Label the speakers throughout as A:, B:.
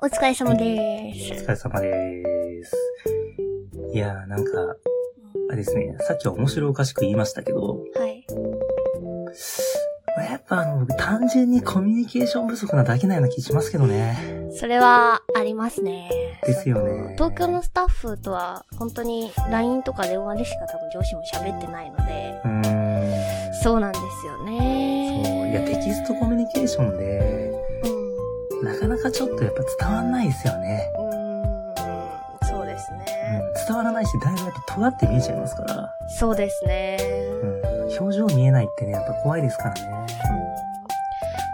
A: お疲れ様で
B: お
A: す。
B: 疲れ様です。いやーなんか、あれですね、さっきは面白おかしく言いましたけど、
A: はい。
B: やっぱあの、僕単純にコミュニケーション不足なだけなような気しますけどね。
A: それは、ありますね。
B: ですよね。
A: 東京のスタッフとは、本当に LINE とか電話でしか多分上司も喋ってないので、
B: うーん。
A: そうなんですよね。
B: そう。いや、テキストコミュニケーションで、
A: うん。
B: なかなかちょっとやっぱ伝わんないですよね。
A: うーん、そうです
B: う
A: ね。
B: ん、伝わらないし、だいぶやっぱ尖って見えちゃいますから。
A: そうですね。
B: うん。表情見えないってね、やっぱ怖いですからね。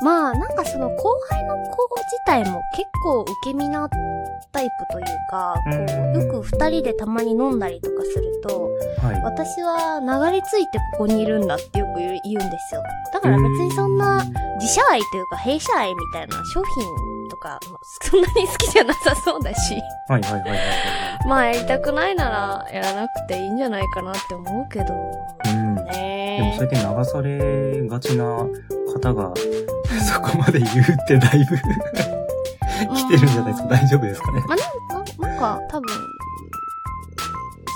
A: まあ、なんかその後輩の子自体も結構受け身なタイプというか、こう、よく二人でたまに飲んだりとかすると、
B: はい。
A: 私は流れ着いてここにいるんだってよく言う言うんですよ。だから別にそんな自社愛というか弊社愛みたいな商品とか、そんなに好きじゃなさそうだし、
B: はいはいはいはい
A: まあやりたくないならやらなくていいんじゃないかなって思うけど、
B: はい。うん。でも
A: ね
B: そうやって流されがちな方が、 そこまで言うってだいぶ来てるんじゃないですか。大丈夫ですかね。
A: まあなんか、なんか多分、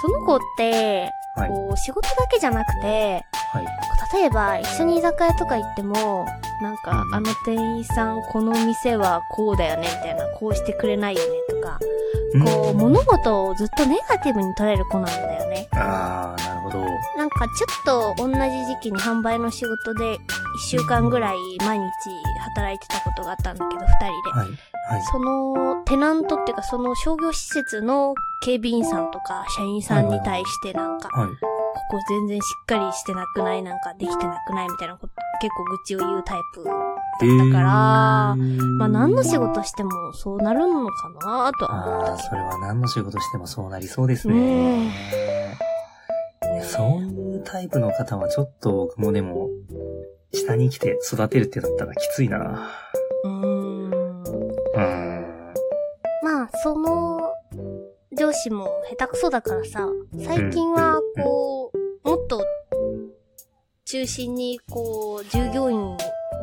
A: その子って、
B: はい
A: こう仕事だけじゃなくて、
B: はい。
A: 例えば一緒に居酒屋とか行っても、なんか
B: うん
A: あの店員さんこの店はこうだよねみたいな、こうしてくれないよねとか、こう物事をずっとネガティブに捉える子なんだよね。
B: ああ、なるほど。
A: なんかちょっと同じ時期に販売の仕事で1週間ぐらい毎日働いてたことがあったんだけど、2人で。
B: はい。はい。
A: そのテナントっていうかその商業施設の警備員さんとか社員さんに対してなんか、こ
B: はい。
A: こ全然しっかりしてなくないなんかできてなくないみたいなこと、結構愚痴を言うタイプ。だから
B: えー
A: まあ何の仕事してもそうなるのかなとは思っ
B: あ
A: た
B: あ、
A: け
B: それは何の仕事してもそうなりそうです
A: ね
B: ね。いやそういうタイプの方はちょっと僕もでも、下に来て育てるってなったらきついな。
A: ど。うーん。
B: うーん。
A: まあその上司も下手くそだからさ、最近はこう、もっと中心にこう従業員を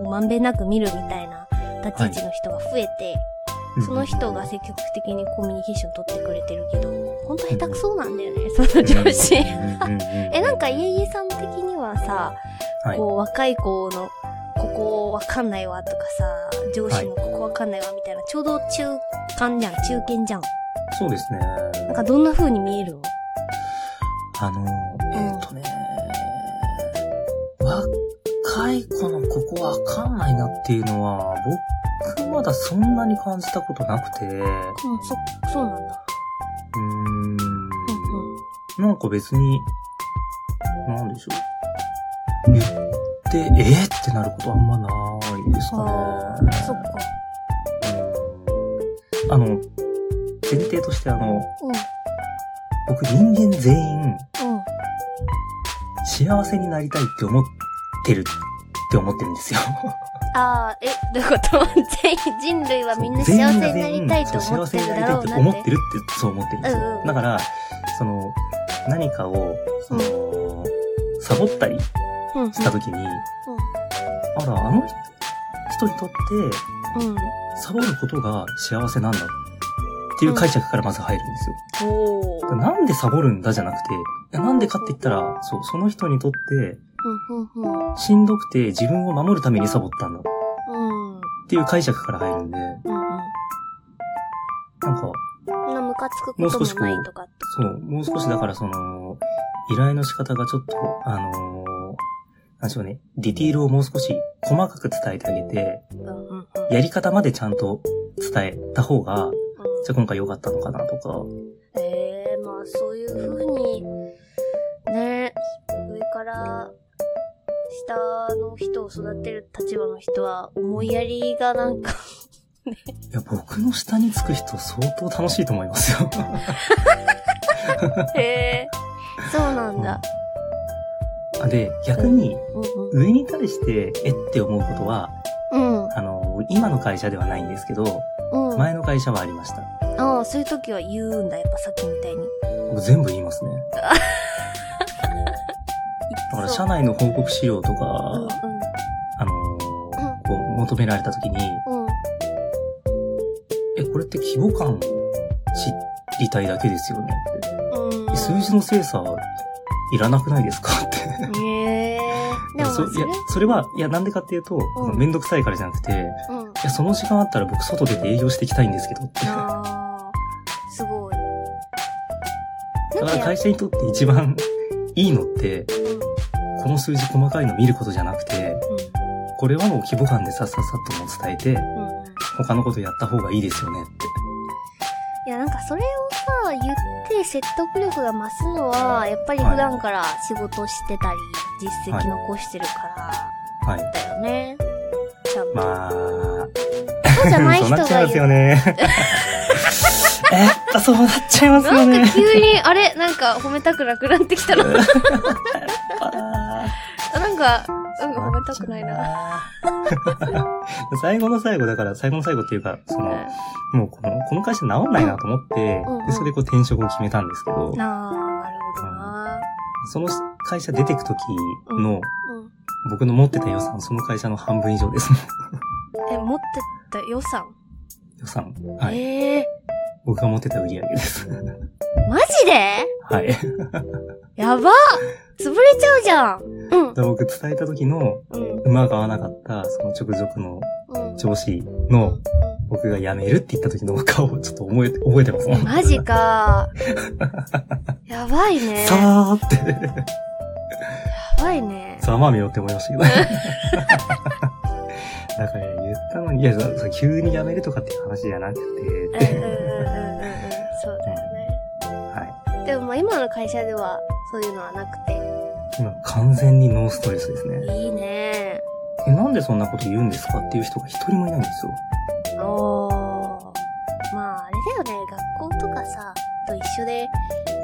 A: まんべんなく見るみたいな立ち位置の人が増えて、その人が積極的にコミュニケーション取ってくれてるけど、ほんと下手くそなんだよね、その上司。
B: うん
A: え、
B: うんうんうん
A: なんか、 いえいえさん的にはさ、
B: はい
A: こう、若い子の、ここわかんないわとかさ、上司のここわかんないわみたいな、ちょうど中間じゃん、中堅じゃん。
B: そうですね。
A: なんかどんな風に見えるの
B: あの、えっとね、若い子のここわかんないなっていうのは、僕まだそんなに感じたことなくて、う
A: うん、そ、そうなんだ。
B: ー
A: う
B: ん、
A: んうん。
B: なんか別に、なんでしょう。言って、えー、ってなることあんまないですか
A: あ
B: ね
A: あ、。そっか。
B: うんあの、前提としてあ
A: う
B: の、
A: ん、
B: 僕人間全員、
A: うん。
B: 幸せになりたいって思ってるって思ってるんですよ。
A: ああ、え、どういうこと 全員、人類はみんな幸せになりたいと思ってるだろう
B: そう幸せになりたいって
A: な
B: 思
A: っ
B: ってて。るって、そう思ってるんですよ。
A: うんうん
B: だから、その、何かを、その、サボったり
A: うんうん
B: した時に、あら、あの人にとって、
A: うん。うん。
B: サボることが幸せなんだっていう解釈からまず入るんですよ。
A: おー。
B: だからなんでサボるんだじゃなくて、いやなんでかって言ったら、そう、その人にとって、
A: うん、うん、うん。
B: しんどくて自分を守るためにサボったんだっ
A: うん。うん、
B: ていう解釈から入るんで、
A: うん。
B: なんか、
A: そんなムカつくこともないとかって。
B: そう、もう少しだからその、依頼の仕方がちょっと、あのーなんでしょうね、ディティールをもう少し細かく伝えてあげて、
A: うんうんうん。
B: やり方までちゃんと伝えた方が、
A: うん
B: じゃあ今回良かったのかなとか、
A: ええまあそういう風に、ね、上から下の人を育てる立場の人は思いやりがなん か、
B: いや、僕の下につく人相当楽しいと思いますよ。
A: へえそうなんだ。
B: あで、逆に、
A: うん
B: 上に対して、えって思うことは、
A: うん。
B: あのー今の会社ではないんですけど、
A: うん。うん。
B: 前の会社はありました。
A: ああ、そういう時は言うんだ、やっぱさっきみたいに。
B: 僕全部言いますね。だから
A: そう
B: 社内の報告資料とか、
A: う
B: あのーこう求められた時に、
A: ん、うん、
B: え、これって規模感知りたいだけですよねって
A: うん。
B: え数字の精査いらなくないですかって。
A: へえー。でもまあそ
B: そ
A: れ、
B: いやそれは、いや、なんでかっていうと、
A: うん
B: めんどくさいからじゃなくて、い
A: うん。
B: や、その時間あったら僕外出て営業していきたいんですけどって。だ
A: あー、すごい。なん
B: から
A: かや
B: 会社にとって一番いいのって、
A: うんうん
B: この数字細かいの見ることじゃなくて、これはもう規模感でさっさっさっともう伝えて、
A: うんうん
B: 他のことやった方がいいですよねって。
A: いや、なんかそれをさ、言って説得力が増すのは、やっぱり普段から仕事してたり、実績残してるから
B: はい。
A: だよね。多分
B: まあ、
A: そうじゃない
B: そう
A: 人
B: なっちゃい
A: が
B: ます
A: 言
B: よ
A: う。
B: ね。えっと、そうなっちゃいますよ
A: なん
B: ね
A: か。急に、あれなんか褒めたくなくなってきたな。なんか、なんか褒めたくないな。
B: な。最後の最後、だから最後の最後っていうか、その、もうこの、この会社治んないなと思って
A: うんうん、
B: でそれでこう転職を決めたんですけど、
A: なあ、なるほどな。
B: その会社出てく時の、
A: うん。
B: 僕の持ってた予算、その会社の半分以上ですもん。
A: え、持ってた予算、
B: 予算。はい。
A: ええ
B: 僕が持ってた売り上げです。
A: ー、マジで
B: はい。だか
A: やば潰れちゃうじゃんうん。
B: ら僕伝えた時の、
A: うん。
B: 馬が合わなかった、その直属の
A: うん。
B: 上司の、僕が辞めるって言った時の顔をちょっと覚えて、覚えてますもん。
A: マジか。やばいね。や
B: さーって、
A: ばいね。
B: ざまあみろって思い ましたけど。だから言ったのに、いや、そそ急に辞めるとかっていう話じゃな
A: う
B: くて、
A: んうんうんうんうんうん。そうだよ
B: は
A: ね。でもまあ今の会社ではそういうのはなくて。
B: い。今、完全にノーストレスですね。
A: いいね。
B: え、なんでそんなこと言うんですかっていう人が一人もいないんですよ。
A: おー。まああれだよね。学校とかさ、と一緒で、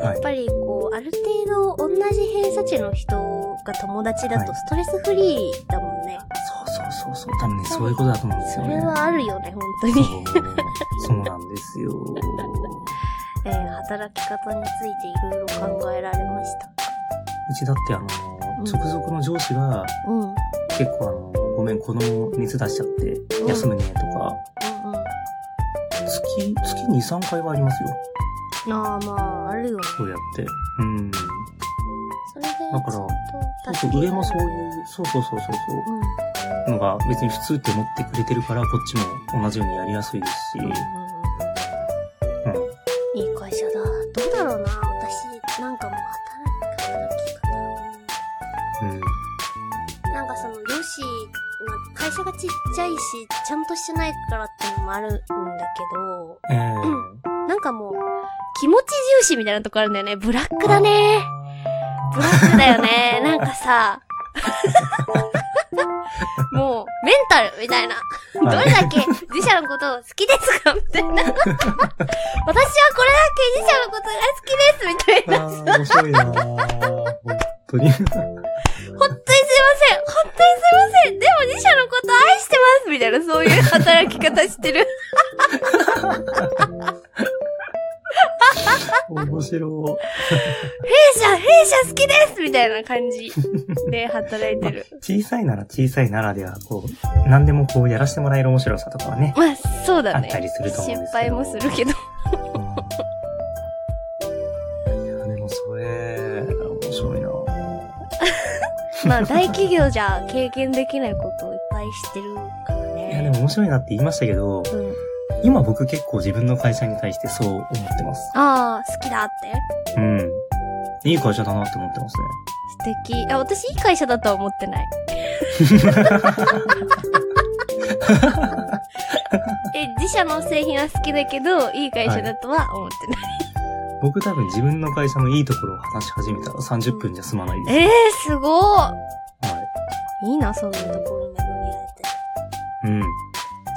A: や
B: は
A: っ
B: い。
A: ぱりこう、ある程度同じ偏差値の人が友達だとストレスフリーだもんね。
B: そうそうそうそう。多分ね、そういうことだと思うんです
A: そ
B: よね。
A: れはあるよね、本当
B: そう
A: に。
B: そうなんですよ。
A: えー働き方についていろいろ考えられました。
B: うちだってあの、
A: うん
B: 直属の上司が、
A: うん。うんうん。
B: 結構あの、ごめん、子供熱出しちゃって、休むね、とか、月、月2、3回はありますよ。
A: なあまあ、あるよね。
B: そうやって。うん。だ
A: それで、
B: から、
A: ちょっと
B: そうそう、上もそういう、そうそうそうそう
A: う
B: そ
A: ん。
B: う、のが別に普通って思ってくれてるから、こっちも同じようにやりやすいですし、
A: うん
B: うん。
A: うん。いい会社だ。どうだろうな、私、なんかもう働き、働き方。
B: うん。
A: なんかその、両親、まあ、会社がちっちゃいし、ちゃんとしてないからっていうのもあるんだけど、
B: ええ
A: なんかもう、気持ち重視みたいなとこあるんだよね。ブラックだね。ブラックだよ ね。なんかさ、もう、メンタルみたいな。どれだけ自社のことを好きですかみたい な。私はこれだけ自社のことが好きですみたいな。
B: あー、面白いなー本当に。
A: 本当にすいません。本当にすいません。でも自社のこと愛してますみたいな、そういう働き方して る。
B: 面白
A: 弊社、弊社好きですみたいな感じで働いてる。
B: い。小さいなら小さいならでは、こう、何でもこう、やらせてもらえる面白さとかはね、
A: まあ、そうだね。
B: あったりすると思うんですけど
A: 失敗もする けど。
B: いや、でもそれ、面白いな
A: まあ、大企業じゃ経験できないことをいっぱい知ってるから
B: いや、でも
A: ね。
B: 面白いなって言いましたけど、
A: うん。
B: 今僕結構自分の会社に対してそう思ってます。
A: ああ、好きだって。
B: うん。いい会社だなって思ってますね。
A: 素敵。あ、私いい会社だとは思って ない。え、自社の製品は好きだけど、いい会社だとは思ってない。
B: 僕多分自分の会社のいいところを話し始めたら30分じゃ済まないです。
A: ええー、すごー
B: はい。
A: いいな、そういうところに巡り合えて。
B: うん。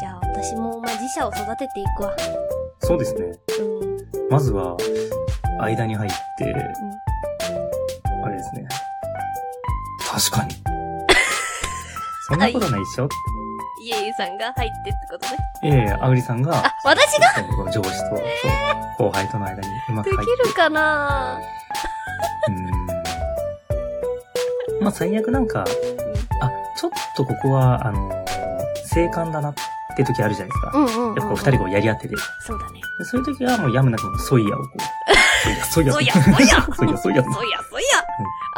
A: じゃあ、私も、まあ、自社を育てていくわ。
B: そうですね。
A: うん。
B: まずは、間に入って、あれですね。確かに。そんなことないっしょ
A: イエイさんが入ってってことね。
B: ええ、あぐりさんが
A: あ、、私が
B: 上司と、そう後輩との間にうま
A: で
B: く
A: き
B: 入って
A: るかな
B: うーんまあ最悪なんか、あ、ちょっとここは、あのー、静観だなって時あるじゃないですか。
A: うんうんうん、うん。
B: やっぱこう二人がやり合ってて。で
A: そうだね。
B: そういう時はもうやむなくもうソイヤをこう。ソイ
A: そ
B: ヤ、ソイ
A: やそや
B: ヤ。そやそや
A: そやそや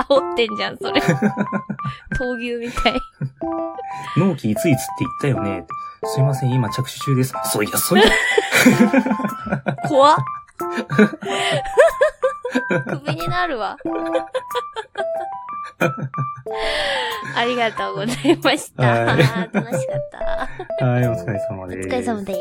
A: 煽ってんじゃん、そ れ。闘牛みたい。
B: 納期いついつって言ったよね。すいません、今着手中です。ソイヤ、 ソイヤ。
A: 怖っクビになるわ。ありがとうございました。
B: は
A: 楽
B: い
A: しかった。
B: はい、お疲れ様
A: お
B: です。
A: 疲れ様です。